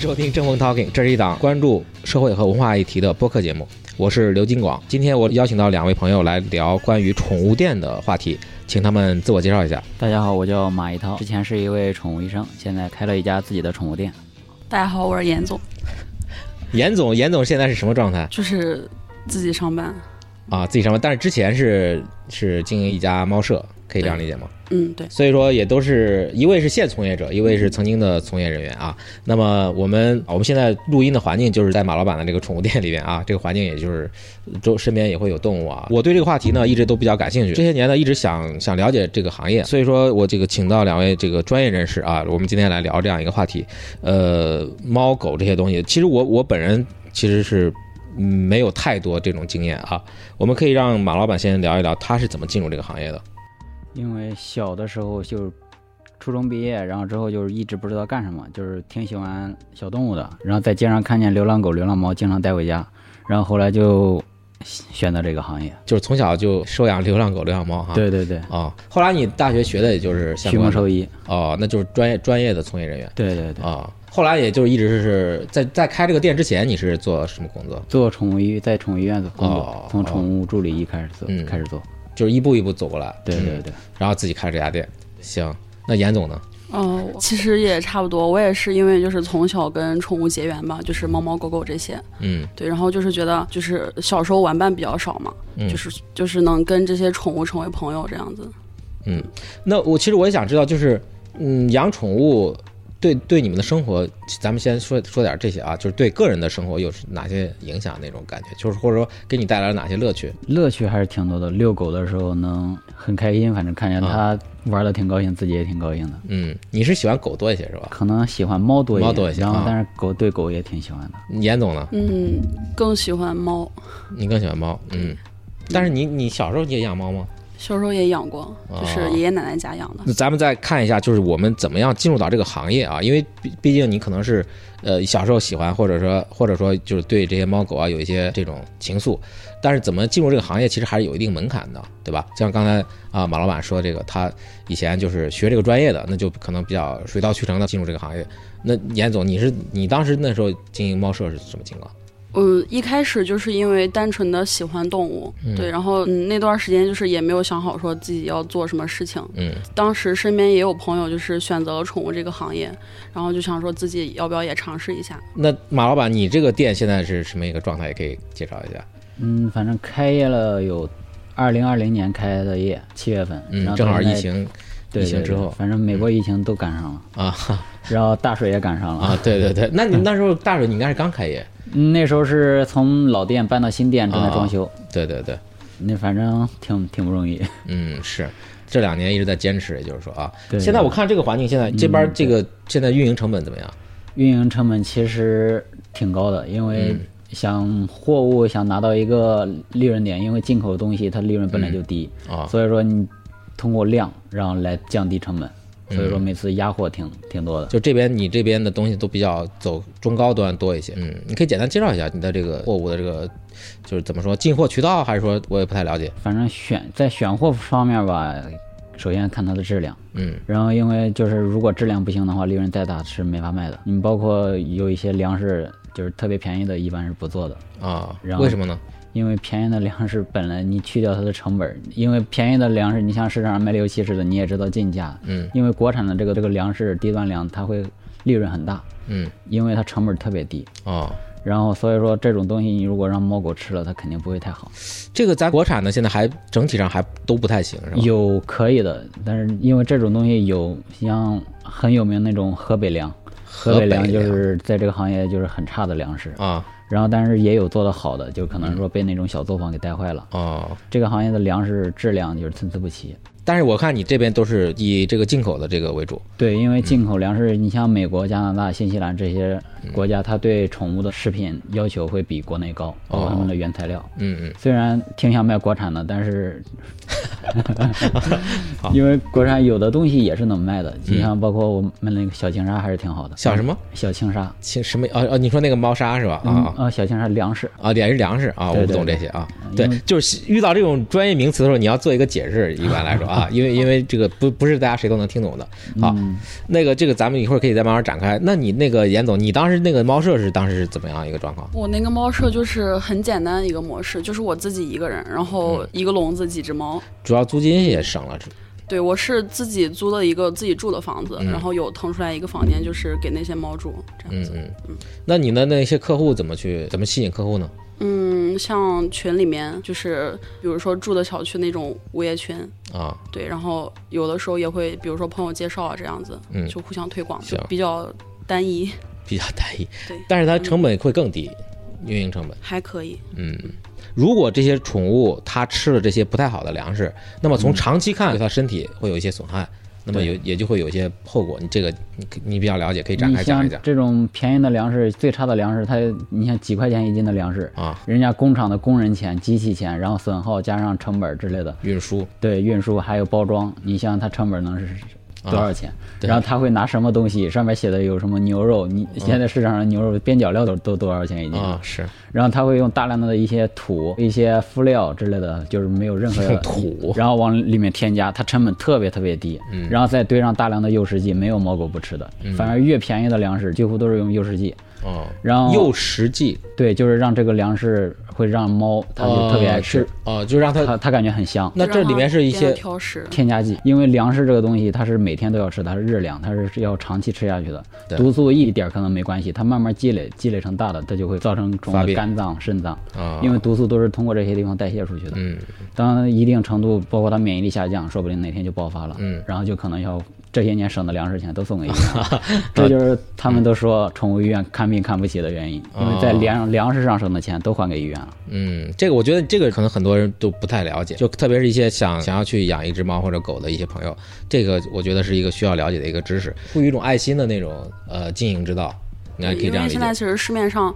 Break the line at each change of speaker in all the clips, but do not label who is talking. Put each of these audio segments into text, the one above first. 收听正风 Talking，这是一档关注社会和文化议题的播客节目。我是刘金广，今天我邀请到两位朋友来聊关于宠物店的话题，请他们自我介绍一下。
大家好，我叫马一涛，之前是一位宠物医生，现在开了一家自己的宠物店。
大家好，我是严总，
严总，严总现在是什么状态
就是自己上班。
啊？自己上班，但是之前是是经营一家猫舍，可以这样理解吗？
嗯，对，
所以说也都是一位是现从业者，一位是曾经的从业人员啊。那么我们我们现在录音的环境就是在马老板的这个宠物店里边啊， 这个环境也就是周身边也会有动物啊。我对这个话题呢一直都比较感兴趣，这些年呢一直想想了解这个行业，所以说我这个请到两位这个专业人士啊，我们今天来聊这样一个话题，呃，猫狗这些东西，其实我我本人其实是。嗯没有太多这种经验啊，我们可以让马老板先聊一聊他是怎么进入这个行业的。
因为小的时候就是初中毕业，然后之后就是一直不知道干什么，就是挺喜欢小动物的。然后在街上看见流浪狗、流浪猫，经常带回家。然后后来就选择这个行业。
就是从小就收养流浪狗、流浪猫哈。
对对对，
哦，后来你大学学的也就是相
畜牧
关的
兽医。
哦，那就是专业专业的从业人员
对对对，
啊、后来也就是一直是在在开这个店之前，你是做什么工作？
做宠物医，在宠物医院工
哦
作，从宠物助理医开始做
嗯，
开始做。
就是一步一步走过来，
对对
嗯
对，
然后自己开这家店。行，那严总呢？
哦，我其实也差不多，我也是因为就是从小跟宠物结缘吧，就是猫猫狗狗这些，
嗯
对，然后就是觉得就是小时候玩伴比较少嘛，
嗯
就是就是能跟这些宠物成为朋友这样子。
嗯，那我其实我也想知道，就是嗯，养宠物对对你们的生活，咱们先说说点这些啊，就是对个人的生活有哪些影响那种感觉，就是或者说给你带来了哪些乐趣？
乐趣还是挺多的。遛狗的时候能很开心，反正看见
啊
它玩的挺高兴，自己也挺高兴的。
嗯，你是喜欢狗多一些是吧？
可能喜欢猫多一点，
猫多一些
然后
啊
但是狗对狗也挺喜欢的。
严总呢？
嗯，更喜欢猫，
你更喜欢猫，嗯。但是你你小时候你也养猫吗？
小时候也养过，就是
哦
爷爷奶奶家养的。
那咱们再看一下，就是我们怎么样进入到这个行业啊？因为毕毕竟你可能是，呃，小时候喜欢，或者说或者说就是对这些猫狗啊有一些这种情愫，但是怎么进入这个行业，其实还是有一定门槛的，对吧？像刚才啊马老板说这个，他以前就是学这个专业的，那就可能比较水到渠成的进入这个行业。那严总，你是你当时那时候经营猫舍是什么情况？
嗯，一开始就是因为单纯的喜欢动物，对，然后嗯那段时间就是也没有想好说自己要做什么事情，
嗯
当时身边也有朋友就是选择了宠物这个行业，然后就想说自己要不要也尝试一下。
那马老板，你这个店现在是什么一个状态？也可以介绍一下。
嗯，反正开业了有，二零二零年开的业，七月份，
嗯，
然后
正好
到现
疫
在
情，
对
疫情
对
之
对
后
反正美国疫情都赶上了，
啊
然后大水也赶上了。
啊，对对对，那你那时候大水，你应该是刚开业，
嗯那时候是从老店搬到新店，正在装修，
对对对，
那反正挺挺不容易。
嗯，是这两年一直在坚持，也就是说啊，
对嗯
现在我看这个环境，现在这边这个现在运营成本怎么样？
运营成本其实挺高的，因
嗯
为想货物想拿到一个利润点，因为进口的东西它利润本来就低，
啊，
所以说你通过量然后来降低成本，
嗯
所以说每次压货挺挺多的。
就这边你这边的东西都比较走中高端多一些，嗯，你可以简单介绍一下你的这个货物的这个就是怎么说进货渠道，还是说我也不太了解，
反正选在选货方面吧，首先看它的质量，
嗯
然后因为就是如果质量不行的话，利润再大是没法卖的。你包括有一些粮食就是特别便宜的，一般是不做的，
啊，
然后
为什么呢？
因为便宜的粮食本来你去掉它的成本，因为便宜的粮食你像市场上卖六七十的，你也知道进价，
嗯
因为国产的这个这个粮食低端粮它会利润很大，
嗯
因为它成本特别低。
啊，
然后所以说这种东西你如果让猫狗吃了，它肯定不会太好。
这个咱国产的现在还整体上还都不太行，是吧？
有可以的，但是因为这种东西有像很有名那种河北粮，河
北
北粮就
粮
是在这个行业就是很差的粮食，
啊
然后但是也有做的好的，就可能说被那种小作坊给带坏了。
哦，
这个行业的粮食质量就是参差不齐。
但是我看你这边都是以这个进口的这个为主，
对，因为进口粮食，你像美国、加拿大、新西兰这些国家，它对宠物的食品要求会比国内高，包
哦
括他们的原材料。
嗯嗯。
虽然挺想卖国产的，但是 因为国产有的东西也是能卖的，你像包括我们那个小青鲨还是挺好的。
嗯小什么？
小青鲨，
其什么？哦哦，你说那个猫砂是吧？啊、
呃，小青鲨粮食，
啊，也是粮食啊，我
嗯对
不懂
对
这些啊。对
因为，
就是遇到这种专业名词的时候，你要做一个解释。一般来说 啊，因为因为这个不不是大家谁都能听懂的。好，
嗯
那个这个咱们一会儿可以再慢慢展开。那你那个严总，你当时那个猫舍是当时是怎么样一个状况？
我那个猫舍就是很简单一个模式，就是我自己一个人，然
嗯
后一个笼子几只猫。
主要租金也省了，
对我是自己租了一个自己住的房子，
嗯
然后有腾出来一个房间，就是给那些猫住这样
嗯
子。
嗯。那你的那些客户怎么去怎么吸引客户呢？
嗯，像群里面就是比如说住的小区那种物业群，
啊，
对，然后有的时候也会比如说朋友介绍啊这样子，
嗯
就互相推广，就
行
比较单一，
比较单一
对，
但是它成本会更低，运营成本。
还可以。
嗯，如果这些宠物它吃了这些不太好的粮食，那么从长期看对它身体会有一些损害，那么有也就会有一些后果。你这个你你比较了解，可以展
你
开讲
像
一讲
这种便宜的粮食，最差的粮食，它你像几块钱一斤的粮食，
啊。
人家工厂的工人钱、机器钱，然后损耗加上成本之类的，
运输
对运输还有包装，你像它成本能是多少钱？
啊对
然后他会拿什么东西？上面写的有什么牛肉？你现在市场上牛肉边角料都都多少钱一斤？
啊是
然后他会用大量的一些土、一些敷料之类的，就是没有任何
用 土嗯
然后往里面添加，它成本特别特别低，然后再堆上大量的诱食剂，没有猫狗不吃的，反而越便宜的粮食几乎都是用诱食剂，
哦，
然后
诱食剂
对，就是让这个粮食会让猫它就特别爱吃，
哦，是哦就让它
它它感觉很香。
那
就
这
让
里
它
面是一
变得
些
挑食，
添加剂，因为粮食这个东西它是每天都要吃，它是日粮，它是要长期吃下去的。
对
毒素一点儿可能没关系，它慢慢积累，积累成大的，它就会造成虫
发
的
病
肝脏、肾脏，
啊，
因为毒素都是通过这些地方代谢出去的。
嗯
当一定程度，包括它免疫力下降，说不定哪天就爆发了。
嗯，
然后就可能要这些年省的粮食钱都送给 医院，这就是他们都说宠物医院看病看不起的原因，
哦
因为在粮粮食上省的钱都还给医院了。
嗯，这个我觉得这个可能很多人都不太了解，就特别是一些想想要去养一只猫或者狗的一些朋友，这个我觉得是一个需要了解的一个知识，出于一种爱心的那种呃经营之道，应该可以
因
这样
为
理
现在
解。
其实市面上，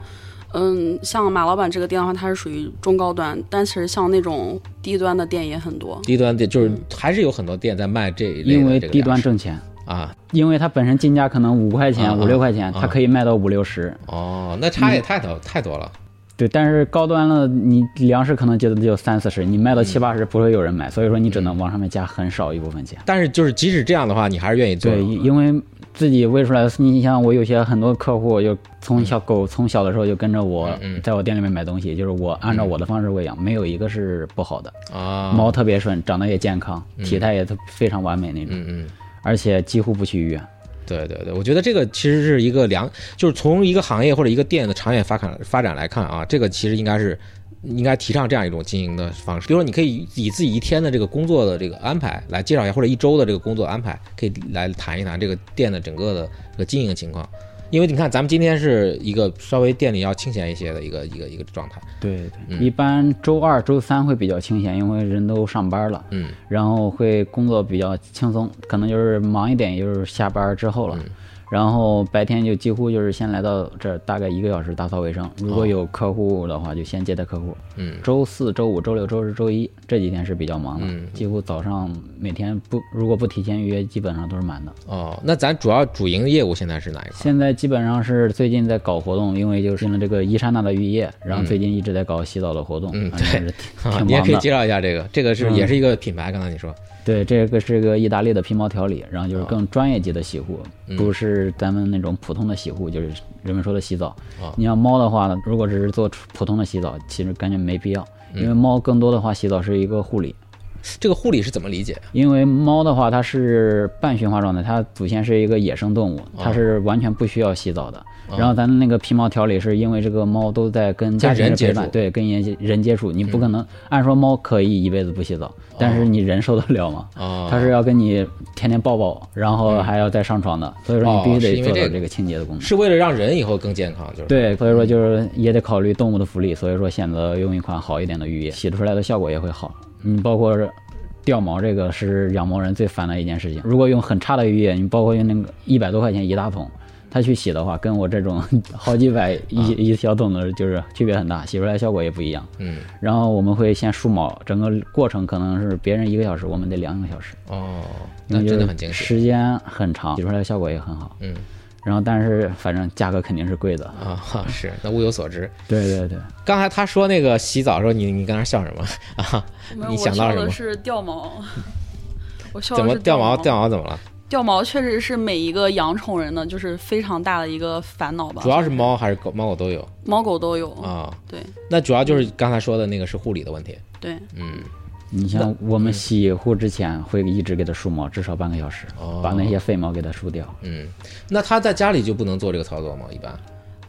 嗯，像马老板这个店的话，它是属于中高端，但其实像那种低端的店也很多。
低端店就是还是有很多店在卖这一类的
嗯因为
这个
低端
粮食
挣钱，
啊，
因为它本身进价可能五块
啊
钱、五六块钱，它可以卖到五六十。
哦，那差
嗯
也太多、太多了，
对，但是高端了，你粮食可能就就三四十，你
嗯
卖到七八十不会有人买，所以说你只能往上面加很少一部分钱。
但是就是即使这样的话，你还是愿意做
对，因因为自己喂出来的，你像我有些很多客户，就从
嗯
小狗从小的时候就跟着我，在我店里面买东西，就是我按照我的方式喂养，没有一个是不好的。
啊，
猫特别顺，长得也健康，体态也特非常完美那种，
嗯嗯。
而且几乎不去医院。
对对对，我觉得这个其实是一个良，就是从一个行业或者一个店的长远发展发展来看啊，这个其实应该是应该提倡这样一种经营的方式。比如说，你可以以自己一天的这个工作的这个安排来介绍一下，或者一周的这个工作安排，可以来谈一谈这个店的整个的这个经营情况。因为你看，咱们今天是一个稍微店里要清闲一些的一个一个一个状态，
对
嗯
对，一般周二、周三会比较清闲，因为人都上班了，
嗯，
然后会工作比较轻松，可能就是忙一点，也就是下班之后了。
嗯
然后白天就几乎就是先来到这儿，大概一个小时打扫卫生。如果有客户的话，就先接待客户。
哦嗯，
周四周五周六周日周一这几天是比较忙的，
嗯
几乎早上每天不如果不提前预约，基本上都是满的。
哦，那咱主要主营业务现在是哪一块？
现在基本上是最近在搞活动，因为就是进了这个伊莎娜的浴业，然后最近一直在搞洗澡的活动，嗯，对， 挺
啊
忙的。
嗯你也可以介绍一下这个，这个是也是一个品牌，刚才你说，
对，这个是个意大利的皮毛调理，然
哦
后就是更专业级的洗护，不是咱们那种普通的洗护，就是人们说的洗澡。
哦
你要猫的话呢，如果只是做普通的洗澡，其实感觉没必要，
嗯
因为猫更多的话，洗澡是一个护理。
这个护理是怎么理解？
因为猫的话，它是半驯化状态，它祖先是一个野生动物，
哦
它是完全不需要洗澡的。然后咱们那个皮毛调理，是因为这个猫都在跟家
跟
庭
人接
陪伴，
触嗯
对，跟人人接触，你不可能、按说猫可以一辈子不洗澡，但是你人受得了吗？
哦嗯
它是要跟你天天抱抱，然后还要再上床的，所以说
哦
你必须
是
得
因为
做
这
到
个
这个清洁的工作。
是为了让人以后更健康，就是
对，所以说就是也得考虑动物的福利，所以说选择用一款好一点的浴液，洗出来的效果也会好。嗯，包括掉毛这个是养毛人最烦的一件事情。如果用很差的浴液，你包括用那个一百多块钱一大桶，他去洗的话，跟我这种 好几百
啊
一、一小桶的，就是区别很大，洗出来效果也不一样。
嗯，
然后我们会先梳毛，整个过程可能是别人一个小时，我们得两个小时。
哦，
因
那真
为就
的
是
很惊喜。
时间很长，洗出来的效果也很好。
嗯，
然后但是反正价格肯定是贵的。
啊，哈是，那物有所值。
对对对，
刚才他说那个洗澡的时候，你你刚才笑什么啊？
没有
你
我
想到
笑
什
的
么
是掉 毛，我笑
怎
的
么
是
掉毛？
毛
掉毛怎么了？
掉毛确实是每一个养宠人的就是非常大的一个烦恼吧。
主要是猫还是狗？猫狗都有
猫狗都有，
啊。
对
那主要就是刚才说的那个是护理的问题。
对，
嗯，
你像我们洗护之前会一直给它梳毛，至少半个小时，
哦
把那些废毛给它梳掉。
嗯，那他在家里就不能做这个操作吗？一般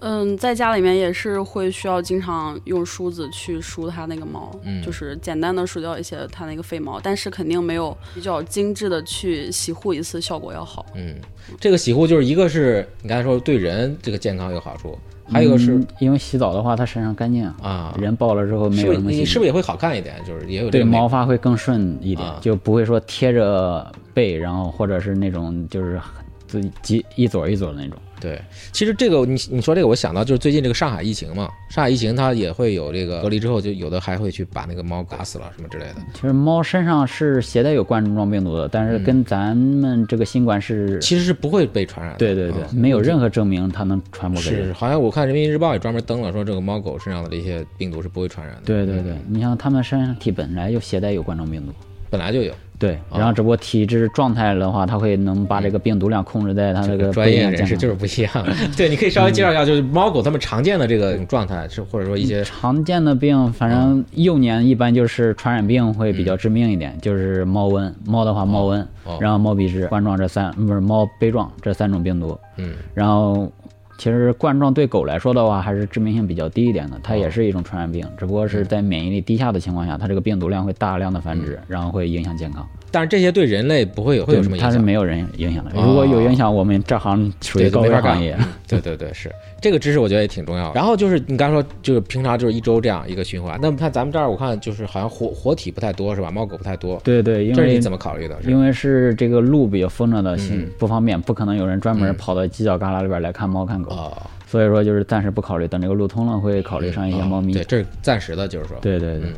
嗯，在家里面也是会需要经常用梳子去梳它那个毛，
嗯
就是简单的梳掉一些它那个废毛，但是肯定没有比较精致的去洗护一次效果要好。
嗯，这个洗护就是一个是你刚才说对人这个健康有好处，还有一个是、
嗯因为洗澡的话，它身上干净啊，
啊，
人抱了之后没
是不
有什
是
么细
你
菌。
是不是也会好看一点？就是也有这
对
个美
毛发会更顺一点，
啊
就不会说贴着背，然后或者是那种就是自己挤一撮一撮的那种。
对，其实这个你你说这个，我想到就是最近这个上海疫情嘛，上海疫情它也会有这个隔离之后，就有的还会去把那个猫打死了什么之类的。
其实猫身上是携带有冠状病毒的，但是
嗯
跟咱们这个新冠是，
其实是不会被传染的。
对对对，
啊嗯
没有任何证明它能传播给
是
人。
好像我看人民日报也专门登了，说这个猫狗身上的这些病毒是不会传染的。嗯
对对对，你像它们身体本来就携带有冠状病毒，
本来就有。
对，然后只不过体质状态的话，它会能把这个病毒量控制在它这个
嗯专
不一
业
样
人士
健康
就是不一样。 对，你可以稍微介绍一下，就是猫狗它们常见的这个状态是，或者说一些
常见的病，反
哦
正幼年一般就是传染病会比较致命一点，就是猫瘟。猫的话，猫瘟，
嗯哦
然后猫鼻支、冠状这三不是猫杯状这三种病毒。
嗯
然后，其实冠状对狗来说的话，还是致命性比较低一点的，它
哦
也是一种传染病，只不过是在免疫力低下的情况下，它这个病毒量会大量的繁殖，然后会影响健康。
但是这些对人类不嗯会有会有什么影
它是
响？
没有人影响的。
哦
如果有影响，我们这行属于
对就
高
没
危
法干
行业。
对对对，是这个知识我觉得也挺重要。嗯然后就是你刚才说，就是平常就是一周这样一个循环。那么看咱们这儿，我看就是好像活活体不太多是吧？猫狗不太多，
对对，因
这是
为
你怎么考虑的？是
因为是这个路比较封着的，
嗯
不方便，不可能有人专门跑到犄角旮旯里边来看猫看狗，
哦，
所以说就是暂时不考虑，等这个路通了会考
哎
虑上一些猫
嗯
咪。
对，嗯这是暂时的，就是说。
对对对，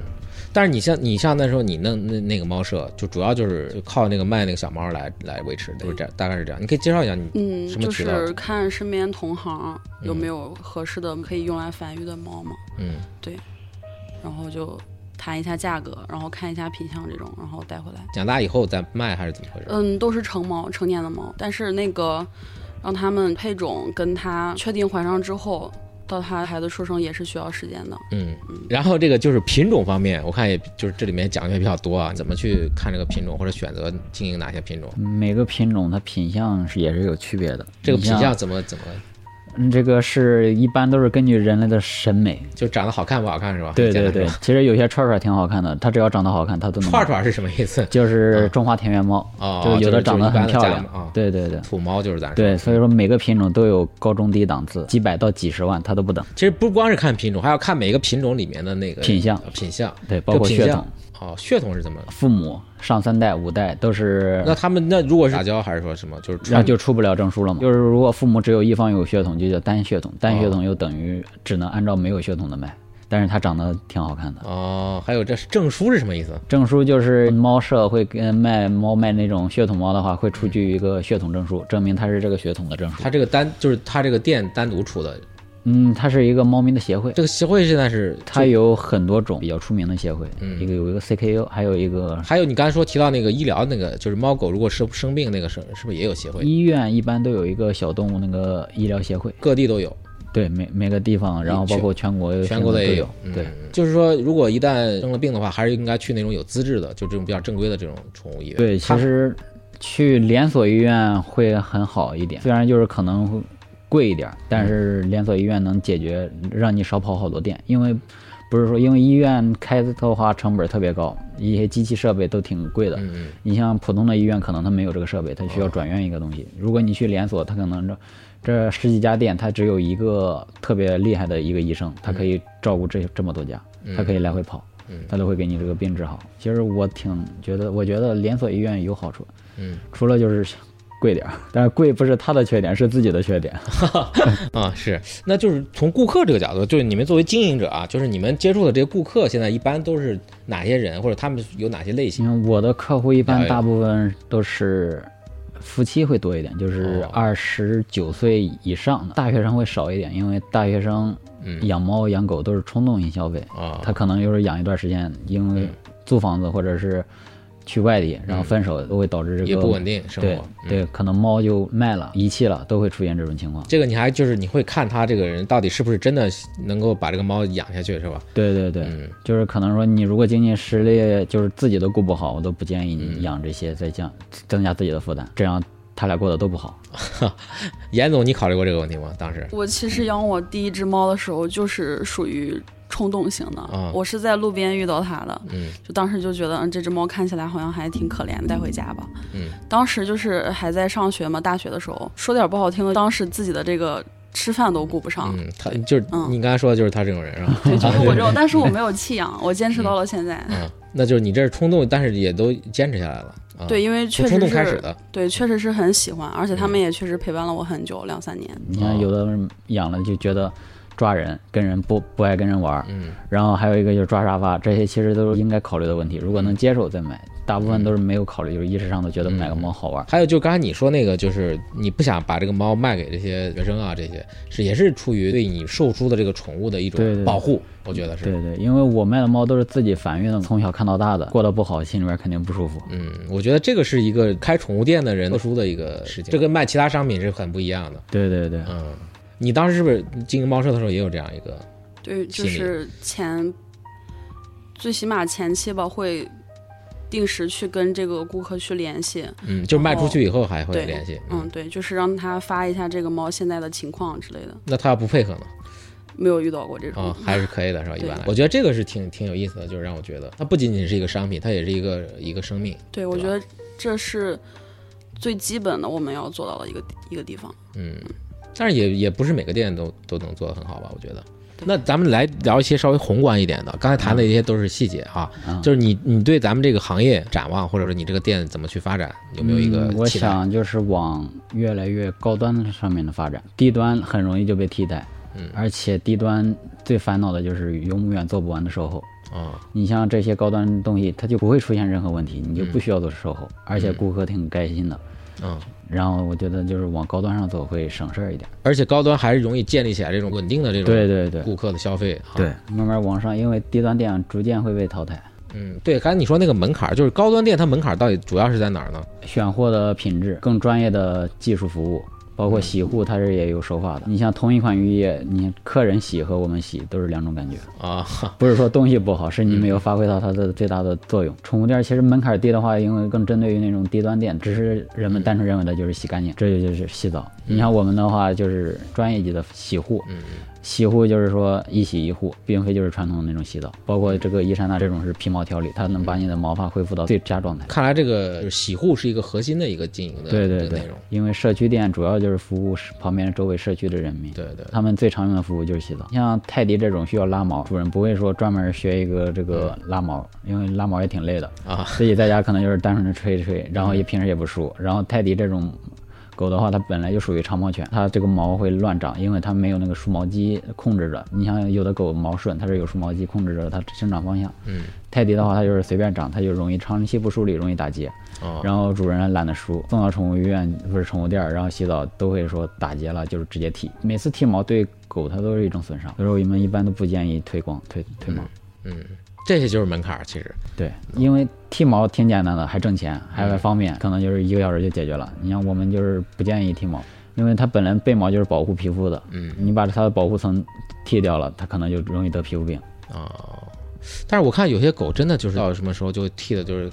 但是你像你像那时候你弄那那个猫舍，就主要就是就靠那个卖那个小猫来来维持的，就是这样，大概是这样。你可以介绍一下你
嗯，
什么
就
渠道
是看身边同行有没有合适的可以用来繁育的猫嘛，
嗯
然后就谈一下价格，然后看一下品相这种，然后带回来。
长大以后再卖还是怎么回事？
嗯，都是成猫，成年的猫，但是那个让它们配种跟它确定怀上之后，到它孩子出生也是需要时间的。
嗯，然后这个就是品种方面，我看也就是这里面讲的也比较多啊，怎么去看这个品种或者选择经营哪些品种？
每个品种它品相是也是有区别的。
这个
你
品
像
相，怎么怎么
嗯这个是一般都是根据人类的审美。
就长得好看不好看是吧？
对
简
对
单
对
说，
其实有些串串挺好看的，它只要长得好看，它都能。
串串是什么意思？
就是中华田园猫，
哦
就
就是
有的长得很
就
漂
是一般的
亮
家猫啊。
对对对
土猫就是咱说
对，所以说每个品种都有高中低档次，几百到几十万它都不等。
其实不光是看品种，还要看每个品种里面的那个
品相
品相
对包括
这个品相
血
哦，血统是怎么？
父母上三代五代都是
那，他们那如果是杂交还是说什么？就是
然后
串
就出不了证书了嘛。就是如果父母只有一方有血统，就叫单血统，单血统又等于只能按照没有血统的卖。但是它长得挺好看的，
哦，还有这证书是什么意思？
证书就是猫舍会跟卖猫卖那种血统猫的话，会出具一个血统证书，证明它是这个血统的证书
它。这个单就是它这个店单独出的，
嗯，它是一个猫咪的协会，
这个协会现在是
它有很多种比较出名的协会，一个有一个 CKU，还有一个
还有你刚才说提到那个医疗那个，就是猫狗如果生生病那个是是不是也有协会？
医院一般都有一个小动物那个医疗协会，
各地都有，
对每每个地方，然后包括全国
全国的也
有，对。
嗯就是说，如果一旦生了病的话，还是应该去那种有资质的，就这种比较正规的这种宠物医院。
对，其
它
实去连锁医院会很好一点，虽然就是可能会贵一点，
嗯
但是连锁医院能解决让你少跑好多店，因为不是说因为医院开的话成本特别高，一些机器设备都挺贵的。
嗯
你像普通的医院可能它没有这个设备，它需要转院一个东西。如果你去连锁，它可能这这十几家店，它只有一个特别厉害的一个医生，他可
嗯
以照顾这这么多家，他可以来回跑。他都会给你这个病治好。其实我挺觉得，我觉得连锁医院有好处，
嗯
除了就是贵点儿，但是贵不是他的缺点，是自己的缺点。
嗯啊是，那就是从顾客这个角度，就是你们作为经营者啊，就是你们接触的这些顾客，现在一般都是哪些人，或者他们有哪些类型？
因为我的客户一
了
般
解
大部分都是夫妻会多一点，就是
哦
二十九岁以上的，大学生会少一点，因为大学生
嗯
养猫养狗都是冲动性消费，
啊，
他可能就是养一段时间，因为
嗯
租房子或者是去外地，然后分手都会导致这个
也不稳定生
对
活。嗯
对，可能猫就卖了、遗弃了，都会出现这种情况。
这个你还就是你会看他这个人到底是不是真的能够把这个猫养下去，是吧？
对对对，
嗯
就是可能说你如果经济实力就是自己都顾不好，我都不建议
嗯
你养这些，再降增加自己的负担，这样他俩过得都不好。
严总，你考虑过这个问题吗？当时
我其实养我第一只猫的时候，就是属于冲动型的。
啊
我是在路边遇到它的，
嗯
就当时就觉得，嗯，这只猫看起来好像还挺可怜的，带回家吧。
嗯，
当时就是还在上学嘛，大学的时候，说点不好听的，当时自己的这个吃饭都顾不上，
嗯，他就是
啊嗯
你刚才说的就是他这种人是吧？
对， 就是我这种，但是我没有弃养，我坚持到了现在。
嗯，那就是你这是冲动，但是也都坚持下来了。啊、
对，，因为
从
确
冲
实
动开始
是，
的。
对，确实是很喜欢，而且他
嗯
们也确实陪伴了我很久，两三年。
你看，
哦
有的人养了就觉得抓人，跟人不不爱跟人玩儿，
嗯
然后还有一个就是抓沙发，这些其实都是应该考虑的问题。如果能接受再买，大部分都是
嗯
没有考虑，就是一时上头觉得买个猫好玩儿。
还有就是刚才你说那个，就是你不想把这个猫卖给这些学生啊，这些是也是出于对你售出的这个宠物的一
对
种
对对
保护，我觉得是。
对对，因为我卖的猫都是自己繁育的，从小看到大的，过得不好，心里边肯定不舒服。
嗯，我觉得这个是一个开宠物店的人特殊的一个事情，这跟卖其他商品是很不一样的。
对对对，
嗯，你当时是不是经营猫舍的时候也有这样一个？
对，
心
就
理
是前，最起码前期吧，会定时去跟这个顾客去联系。
嗯，就是卖出去以后还会
对
联系。
嗯，，对，就是让他发一下这个猫现在的情况之类的。
那他要不配合呢？
没有遇到过这种。
啊、还是可以的，是吧？一
对
般来，我觉得这个是挺挺有意思的，就是让我觉得它不仅仅是一个商品，它也是一个一个生命。
对，我觉得这是最基本的我们要做到的一个一个地方。
嗯，但是也也不是每个店都都能做得很好吧？我觉得。那咱们来聊一些稍微宏观一点的，刚才谈的一些都是细节哈、
嗯
就是你你对咱们这个行业展望，或者说你这个店怎么去发展，有没有一个
嗯我
期待？
想就是往越来越高端上面的发展，低端很容易就被替代。
嗯
而且低端最烦恼的就是有永远做不完的售后。
啊、
你像这些高端的东西，它就不会出现任何问题，你就
嗯
不需要做售后，而且顾客挺开心的。
嗯，
然后我觉得就是往高端上走会省事儿一点。
而且高端还是容易建立起来这种稳定的这
对
种
对对
顾客的消费。啊，
慢慢往上，因为低端店逐渐会被淘汰。
嗯，对，刚才你说那个门槛儿，就是高端店它门槛儿到底主要是在哪儿呢？
选货的品质、更专业的技术服务，包
嗯
括洗护，它是也有手法的。你像同一款浴液，你客人洗和我们洗都是两种感觉，
啊， 哈
不是说东西不好，是你没有发挥到它的最大的作用。宠物店其实门槛低的话，因为更针对于那种低端店，只是人们单纯认为的就是洗干净，这就是洗澡。你像我们的话，就是专业级的洗护，
嗯，
洗护就是说一洗一护，并非就是传统的那种洗澡，包括这个伊莎娜这种是皮毛调理，它能把你的毛发恢复到最佳状态。
看来这个就是洗护是一个核心的一个经营的
对
这
对
个
对
内容。，
因为社区店主要就是服务是旁边周围社区的人民，
对对，
他们最常用的服务就是洗澡。像泰迪这种需要拉毛，主人不会说专门学一个这个拉毛，因为拉毛也挺累的
啊，嗯
自己在家可能就是单纯的吹一吹，然后也平时也不梳。然后泰迪这种。狗的话，它本来就属于长毛犬，它这个毛会乱长，因为它没有那个梳毛机控制着。你像有的狗毛顺，它是有梳毛机控制着它生长方向。
嗯，
泰迪的话，它就是随便长，它就容易长期不梳理，容易打结。
哦，
然后主人懒得梳，送到宠物医院不是宠物店儿，然后洗澡都会说打结了，就是直接剃。每次剃毛对狗它都是一种损伤，所以说我们一般都不建议推广推推毛。
嗯，这些就是门槛儿，其实
对，因为剃毛挺简单的，还挣钱，还方便，可能就是一个小时就解决了。你像我们就是不建议剃毛，因为它本来背毛就是保护皮肤的，
嗯，
你把它的保护层剃掉了，它可能就容易得皮肤病。
哦，但是我看有些狗真的就是到什么时候就剃的，就是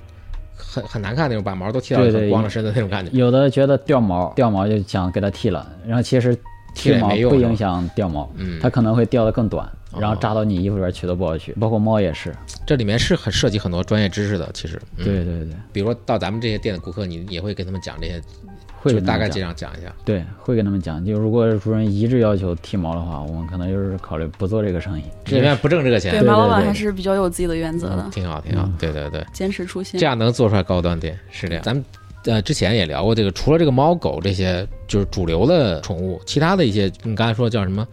很很难看那种，把毛都剃到
对对
很光了身的那种感觉。
有的觉得掉毛，掉毛就想给它剃了，然后其实
剃了
剃
也
毛
没用
不
是吧
影响掉毛，
嗯
它可能会掉得更短，然后
哦
扎到你衣服里边去都不好去，包括猫也是。
这里面是很涉及很多专业知识的，其实，嗯，
对对对，
比如说到咱们这些店的顾客，你也会跟他们讲这些，
会
就
跟他
大
们
概这
讲，
样讲一下。
对，会跟他们讲。就如果主人一致要求剃毛的话，我们可能就是考虑不做这个生意。
这里面不挣这个钱
对，，马老板
对
还是比较有自己的原则的，
挺好，挺
嗯
好。对对对，
坚持初心
嗯这。样能做出来高端店是这样。咱们呃之前也聊过这个，除了这个猫狗这些就是主流的宠物，其他的一些你刚才说叫什么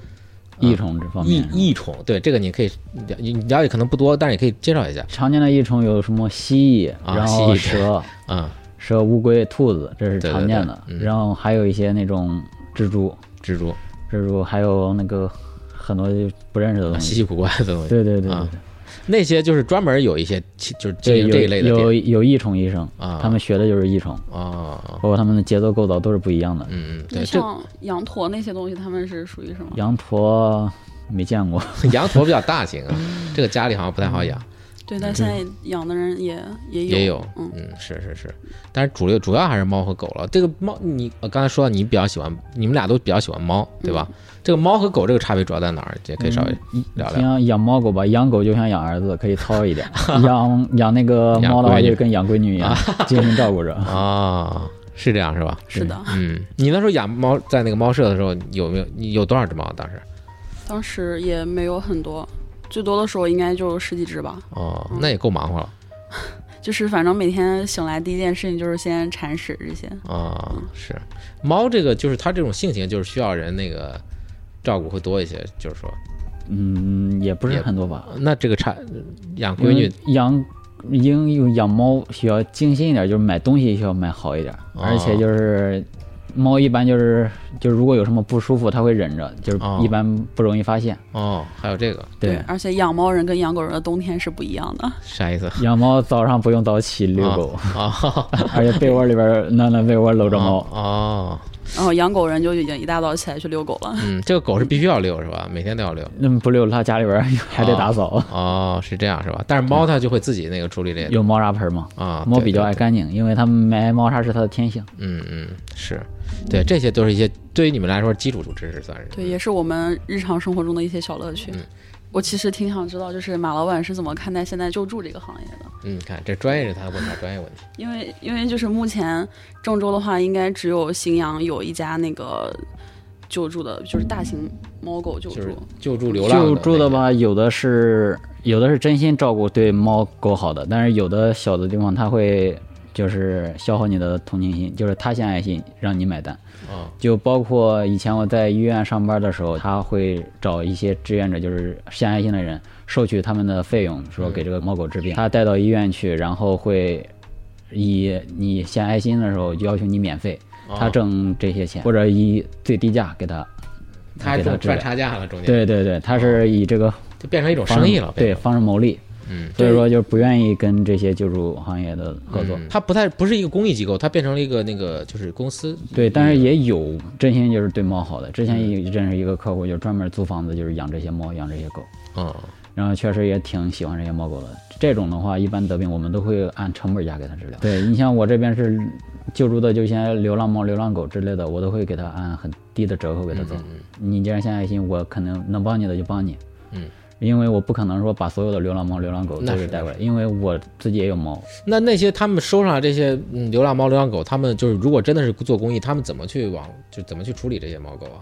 异宠这方
异
面啊是吧，
异宠？对，这个你可以了你了解可能不多，但是也可以介绍一下。
常见的异虫有什么蜥蜴，
啊
然
蜥
后
蜴
蛇、
嗯
蛇、乌龟、兔子，这是
对对
常见的。
对嗯
然后还有一些那种蜘蛛，
蜘蛛
蜘蛛还有那个很多就不认识的
啊
东
稀
西。
奇古怪的东西，
嗯对对对对
啊那些就是专门有一些其就是经营这一类的
对，有有
店
有益虫医生，
啊，
他们学的就是益虫，
啊，
包括他们的节奏构造都是不一样的。
嗯嗯，对，这
那像羊驼那些东西，他们是属于什么？
羊驼没见过，
羊驼比较大型啊，
嗯
这个家里好像不太好养，
对，但现在养的人也也有，
嗯也有，
嗯，
嗯，是是是，但是主流主要还是猫和狗了。这个猫，你呃刚才说到你比较喜欢，你们俩都比较喜欢猫，对吧？
嗯
这个猫和狗这个差别主要在哪儿？也可以稍微聊聊。
嗯像养猫狗吧，养狗就像养儿子，可以糙 一点；养养那个
养
猫的
闺
话，
女
就跟养闺女一样， 精心照顾着。
嗯
啊、是这样是吧？
是的。
嗯，你那时候养猫在那个猫舍的时候，有没有你有多少只猫？啊当时
当时也没有很多，最多的时候应该就十几只吧。
哦，
嗯
那也够忙活了
就是反正每天醒来第一件事情就是先铲屎这些。
啊、是，猫这个就是它这种性情，就是需要人那个照顾会多一些，就是说，
嗯，也不是
也
很多吧。
那这个差养
因
闺女
为养因为养猫需要精心一点，就是买东西需要买好一点，
哦
而且就是猫一般就是就是如果有什么不舒服，它会忍着，就是
哦
一般不容易发现。
哦，还有这个
对，
而且养猫人跟养狗人的冬天是不一样的。
啥 意思？
养猫早上不用早起遛
啊
狗，
啊，
而且被窝里边暖暖被窝搂着猫。
哦，
然后养狗人就已经一大早起来去遛狗了。
嗯，这个狗是必须要遛是吧？每天都要遛。
那么不遛它家里边儿 还
啊
得打扫，
哦，是这样是吧？但是猫它就会自己那个处理这个
有猫砂盆嘛。
啊，
猫
对
比较
对
爱干净，因为它们埋猫砂是它的天性。
嗯嗯，是对，这些都是一些对于你们来说基础知识，算是
对，也是我们日常生活中的一些小乐趣。
嗯
我其实挺想知道，就是马老板是怎么看待现在救助这个行业的？
嗯，看这专业人他问啥专业问题
因为因为就是目前郑州的话，应该只有荥阳有一家那个救助的，就是大型猫狗救助。
就是救助流浪
救助
的
的吧，有的是有的是真心照顾对猫狗好的，但是有的小的地方它会就是消耗你的同情心，就是他献爱心让你买单。
那个啊，
就包括以前我在医院上班的时候，他会找一些志愿者，就是献爱心的人，收取他们的费用，
嗯
说给这个猫狗治病。他带到医院去，然后会以你献爱心的时候就要求你免费，
嗯
他
哦
挣这些钱，或者以最低价给他，
他还
给他
赚
治疗
赚。差价了，中间
对对对，他
嗯
是以这个
就变成一种
方
生意了，
对
变成
方式牟利。
嗯，
所以说就是不愿意跟这些救助行业的合作。
嗯它不太不是一个公益机构，它变成了一个那个就是公司
对，但是也有真心就是对猫好的。之
嗯
前也认识一个客户，就专门租房子，就是养这些猫，养这些狗。
嗯
然后确实也挺喜欢这些猫狗的。这种的话，一般得病我们都会按成本价给它治疗。对你像我这边是救助的，就像流浪猫、流浪狗之类的，我都会给它按很低的折扣给它做。你既然献爱心，我可能能帮你的就帮你。
嗯。
因为我不可能说把所有的流浪猫、流浪狗
那
都
是
给带
那
过来，因为我自己也有猫，
那那些他们收上来这些嗯流浪猫、流浪狗，他们就是如果真的是做公益，他们怎么去往就怎么去处理这些猫狗啊？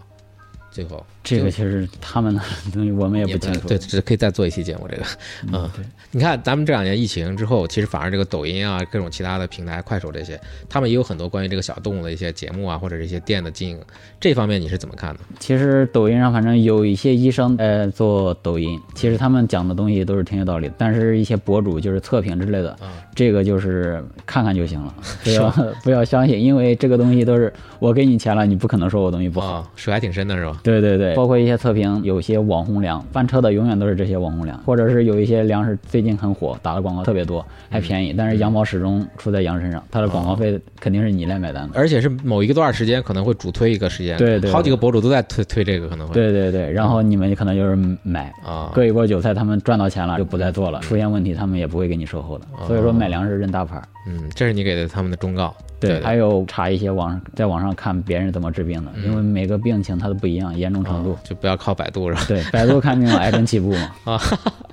最后
这个
就
其实他们的 东西我们也不
也不
清
太
楚。
对，这可以再做一期节目这个。 嗯，你看咱们这两年疫情之后，其实反而这个抖音啊，各种其他的平台，快手这些，他们也有很多关于这个小动物的一些节目啊，或者这些店的经营，这方面你是怎么看的？
其实抖音上反正有一些医生呃做抖音，
嗯
其实他们讲的东西都是挺有道理的，但是一些博主就是测评之类
嗯
的，这个就是看看就 行了，不要 不要相信，因为这个东西都
嗯
是我给你钱了，你不可能说我东西不好。
啊，水还挺深的是吧？
对对对，包括一些测评，有些网红粮翻车的永远都是这些网红粮，或者是有一些粮食最近很火，打的广告特别多，
嗯
还便宜，但是羊毛始终出在羊身上，它的广
哦
告费肯定是你来买单的。
而且是某一个段时间可能会主推一个时间，
对对
好几个博主都在推推这个，可能会
对对对，然后你们可能就是买，
啊，
割一波韭菜，他们赚到钱了就不再做了，出现问题他们也不会给你售后的。
啊
所以说买粮食认大牌儿。
嗯，这是你给的他们的忠告，对
还有查一些网上在网上看别人怎么治病的，
嗯
因为每个病情它都不一样，严重程度。
啊就不要靠百度是吧？
对，百度看病癌症起步嘛，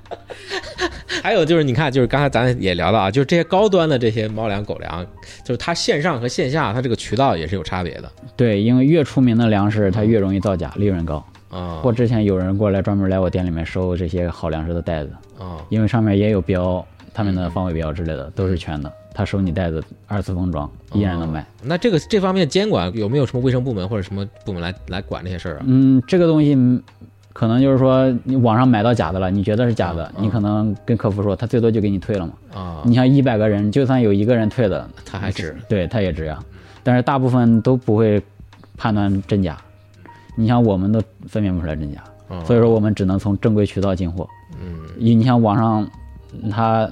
还有就是，你看，就是刚才咱也聊到啊，就是这些高端的这些猫粮、狗粮，就是它线上和线下它这个渠道也是有差别的
对，因为越出名的粮食它越容易造假，利润高。
啊
或之前有人过来专门来我店里面收这些好粮食的袋子，
啊
因为上面也有标，他们的
嗯
方位标之类的都是全的，他收你袋子二次封装
哦
依然能卖。
那这个这方面监管有没有什么卫生部门或者什么部门来来管这些事儿啊？
嗯，这个东西嗯可能就是说你网上买到假的了，你觉得是假的，
嗯
你可能跟客服说，他最多就给你退了嘛。
啊，
你像一百个人，就算有一个人退了，
他还值
对，他也值呀。但是大部分都不会判断真假，你像我们都分辨不出来真假，
嗯
所以说我们只能从正规渠道进货。
嗯，
你你像网上他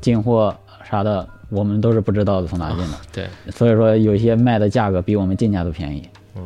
进货啥的，我们都是不知道的从哪进的，
对，啊
所以说有一些卖的价格比我们进价都便宜。
嗯，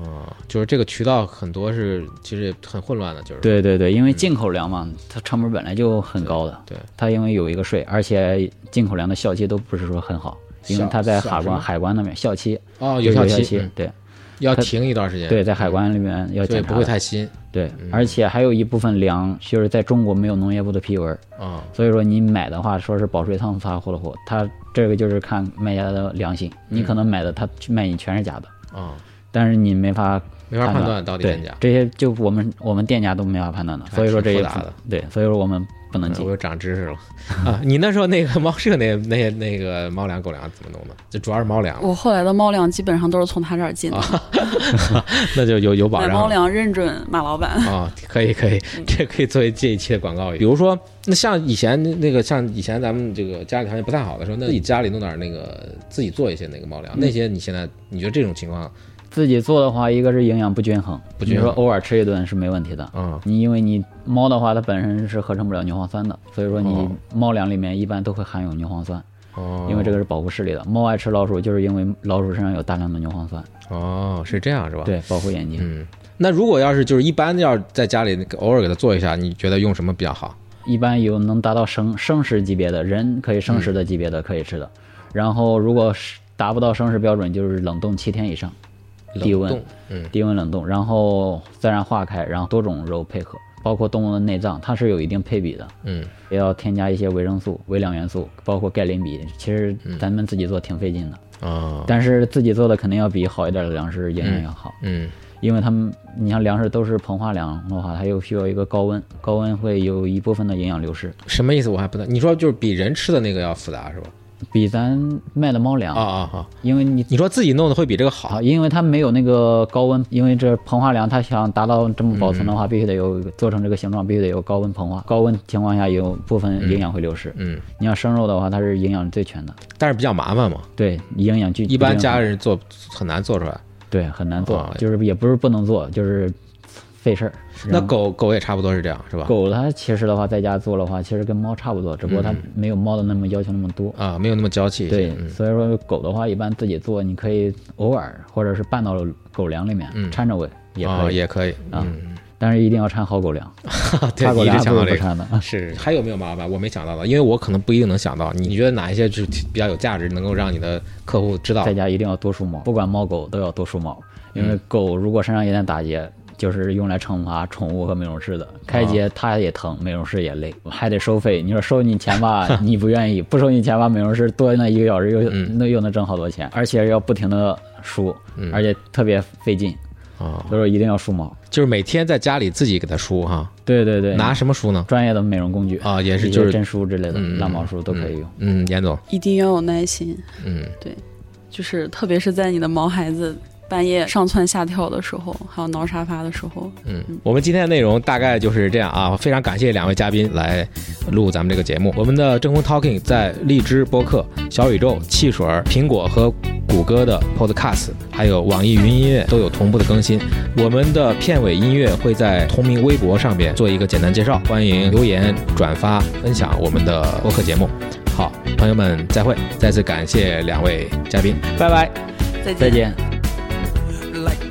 就是这个渠道很多是其实也很混乱的，就是
对对对，因为进口粮嘛，它成本本来就很高的，
嗯对，
它因为有一个税，而且进口粮的效期都不是说很好，因为
效
它在
效什
海
么
关海关那边效期
哦，有
就是有
期
期
嗯，
对
要
它
停一段时间，
对，在海关里面要
所以
检
不
查
会
的，
太嗯新
对，而且还有一部分粮就是在中国没有农业部的批文，
啊，
所以说你买的话，说是保税仓发货的货，它这个就是看卖家的良心，
嗯
你可能买的他卖你全是假的，
啊，
但是你没法
没法判
判
断到底真
对
假。
这些就我们我们店家都没法判断的，所以说这些
挺复杂的
对，所以说我们不能
嗯
进
我。又长知识了啊！你那时候那个猫舍那那那个猫粮狗粮怎么弄的？就主要是猫粮，
我后来的猫粮基本上都是从他这儿进的，
那就有有保
买
障
猫
了。
粮认准马老板。
啊、可以可以，
嗯
这可以作为这一期的广告语。比如说，那像以前那个，像以前咱们这个家里条件不太好的时候，那你家里弄点那个自己做一些那个猫
嗯
粮，那些你现在你觉得这种情况
自己做的话，一个是营养不均衡，
不均衡
你说偶尔吃一顿是没问题的。
啊、
你因为你猫的话，它本身是合成不了牛磺酸的，所以说你
哦
猫粮里面一般都会含有牛磺酸，
哦，
因为这个是保护视力的。猫爱吃老鼠，就是因为老鼠身上有大量的牛磺酸，
哦是这样是吧？，
对，保护眼睛。
嗯。那如果要是就是一般要是在家里偶尔给它做一下，你觉得用什么比较好？
一般有能达到生生食级别的人可以生食的级别的可以吃的，然后如果是达不到生食标准，就是冷冻七天以上，低
冷
温
冻，嗯
低温冷冻，然后自然化开，然后多种肉配合，包括动物的内脏，它是有一定配比的，
嗯，
也要添加一些维生素、微量元素，包括钙磷比。其实咱们自己做挺费劲的，
嗯哦，
但是自己做的肯定要比好一点的粮食营养要好，
嗯
因为他们你像粮食都是膨化粮的话，它又需要一个高温，高温会有一部分的营养流失。
什么意思？我还不太，你说就是比人吃的那个要复杂是吧？
比咱卖的猫粮，
啊啊啊！
因为你
你说自己弄的会比这个好
好，因为它没有那个高温，因为这膨化粮它想达到这么保存的
嗯
话，必须得有做成这个形状，必须得有高温膨化。高温情况下有部分营养会流失。
嗯，
你要生肉的话，它是营养最全的，
但是比较麻烦嘛，
对，营养均
一般
均衡
家人做很难做出来。
对很难做，
哦
就是也不是不能做，就是费事儿。
那狗狗也差不多是这样，是吧？
狗它其实的话，在家做的话，其实跟猫差不多，只不过它没有猫的那么要求那么多。
啊，没有那么娇气一些。
对，
嗯
所以说狗的话，一般自己做，你可以偶尔或者是拌到狗粮里面，掺着喂也
啊
可以，
也可以
啊， 但是一定要掺好狗粮，
啊对
差狗
一直
粮
想
不
到
能
这
不
个。
掺的。啊
是，还有没有麻烦？我没想到的，因为我可能不一定能想到。你觉得哪一些是比较有价值，能够让你的客户知道
在？家一定要多梳毛，不管猫狗都要多梳毛，因
嗯
为狗如果身上一旦打结，就是用来惩罚宠物和美容师的。
啊
开结它也疼，美容师也累，还得收费。你说收你钱 吧，你不愿意；不收你钱吧，美容师多那一个小时又
嗯
那又能挣好多钱，而且要不停的梳，而且特别费劲，
啊，
所以说一定要梳毛。
就是每天在家里自己给它梳哈，
对对对，
拿什么梳呢？
专业的美容工具
啊也是
一些
就是
针梳之类的，
嗯嗯
蜡毛梳都可以用。
嗯，严总，
一定要有耐心，
嗯，
对，就是特别是在你的毛孩子半夜上蹿下跳的时候，还有挠沙发的时候，
嗯，我们今天的内容大概就是这样啊，非常感谢两位嘉宾来录咱们这个节目。我们的正风 Talking 在荔枝播客、小宇宙、汽水、苹果和谷歌的 Podcast，还有网易云音乐都有同步的更新。我们的片尾音乐会在同名微博上面做一个简单介绍，欢迎留言、转发、分享我们的播客节目。好，朋友们，再会！再次感谢两位嘉宾，拜拜。
再见。
再见。
like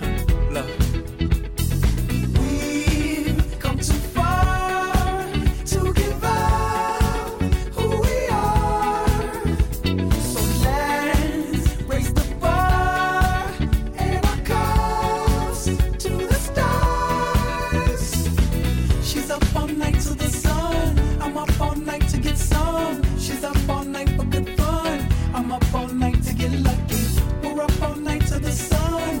Huh. Love. We've come too far to give up who we are. So let's raise the bar and our cups to the stars. She's up all night to the sun. I'm up all night to get some. She's up all night for good fun. I'm up all night to get lucky. We're up all night to the sun.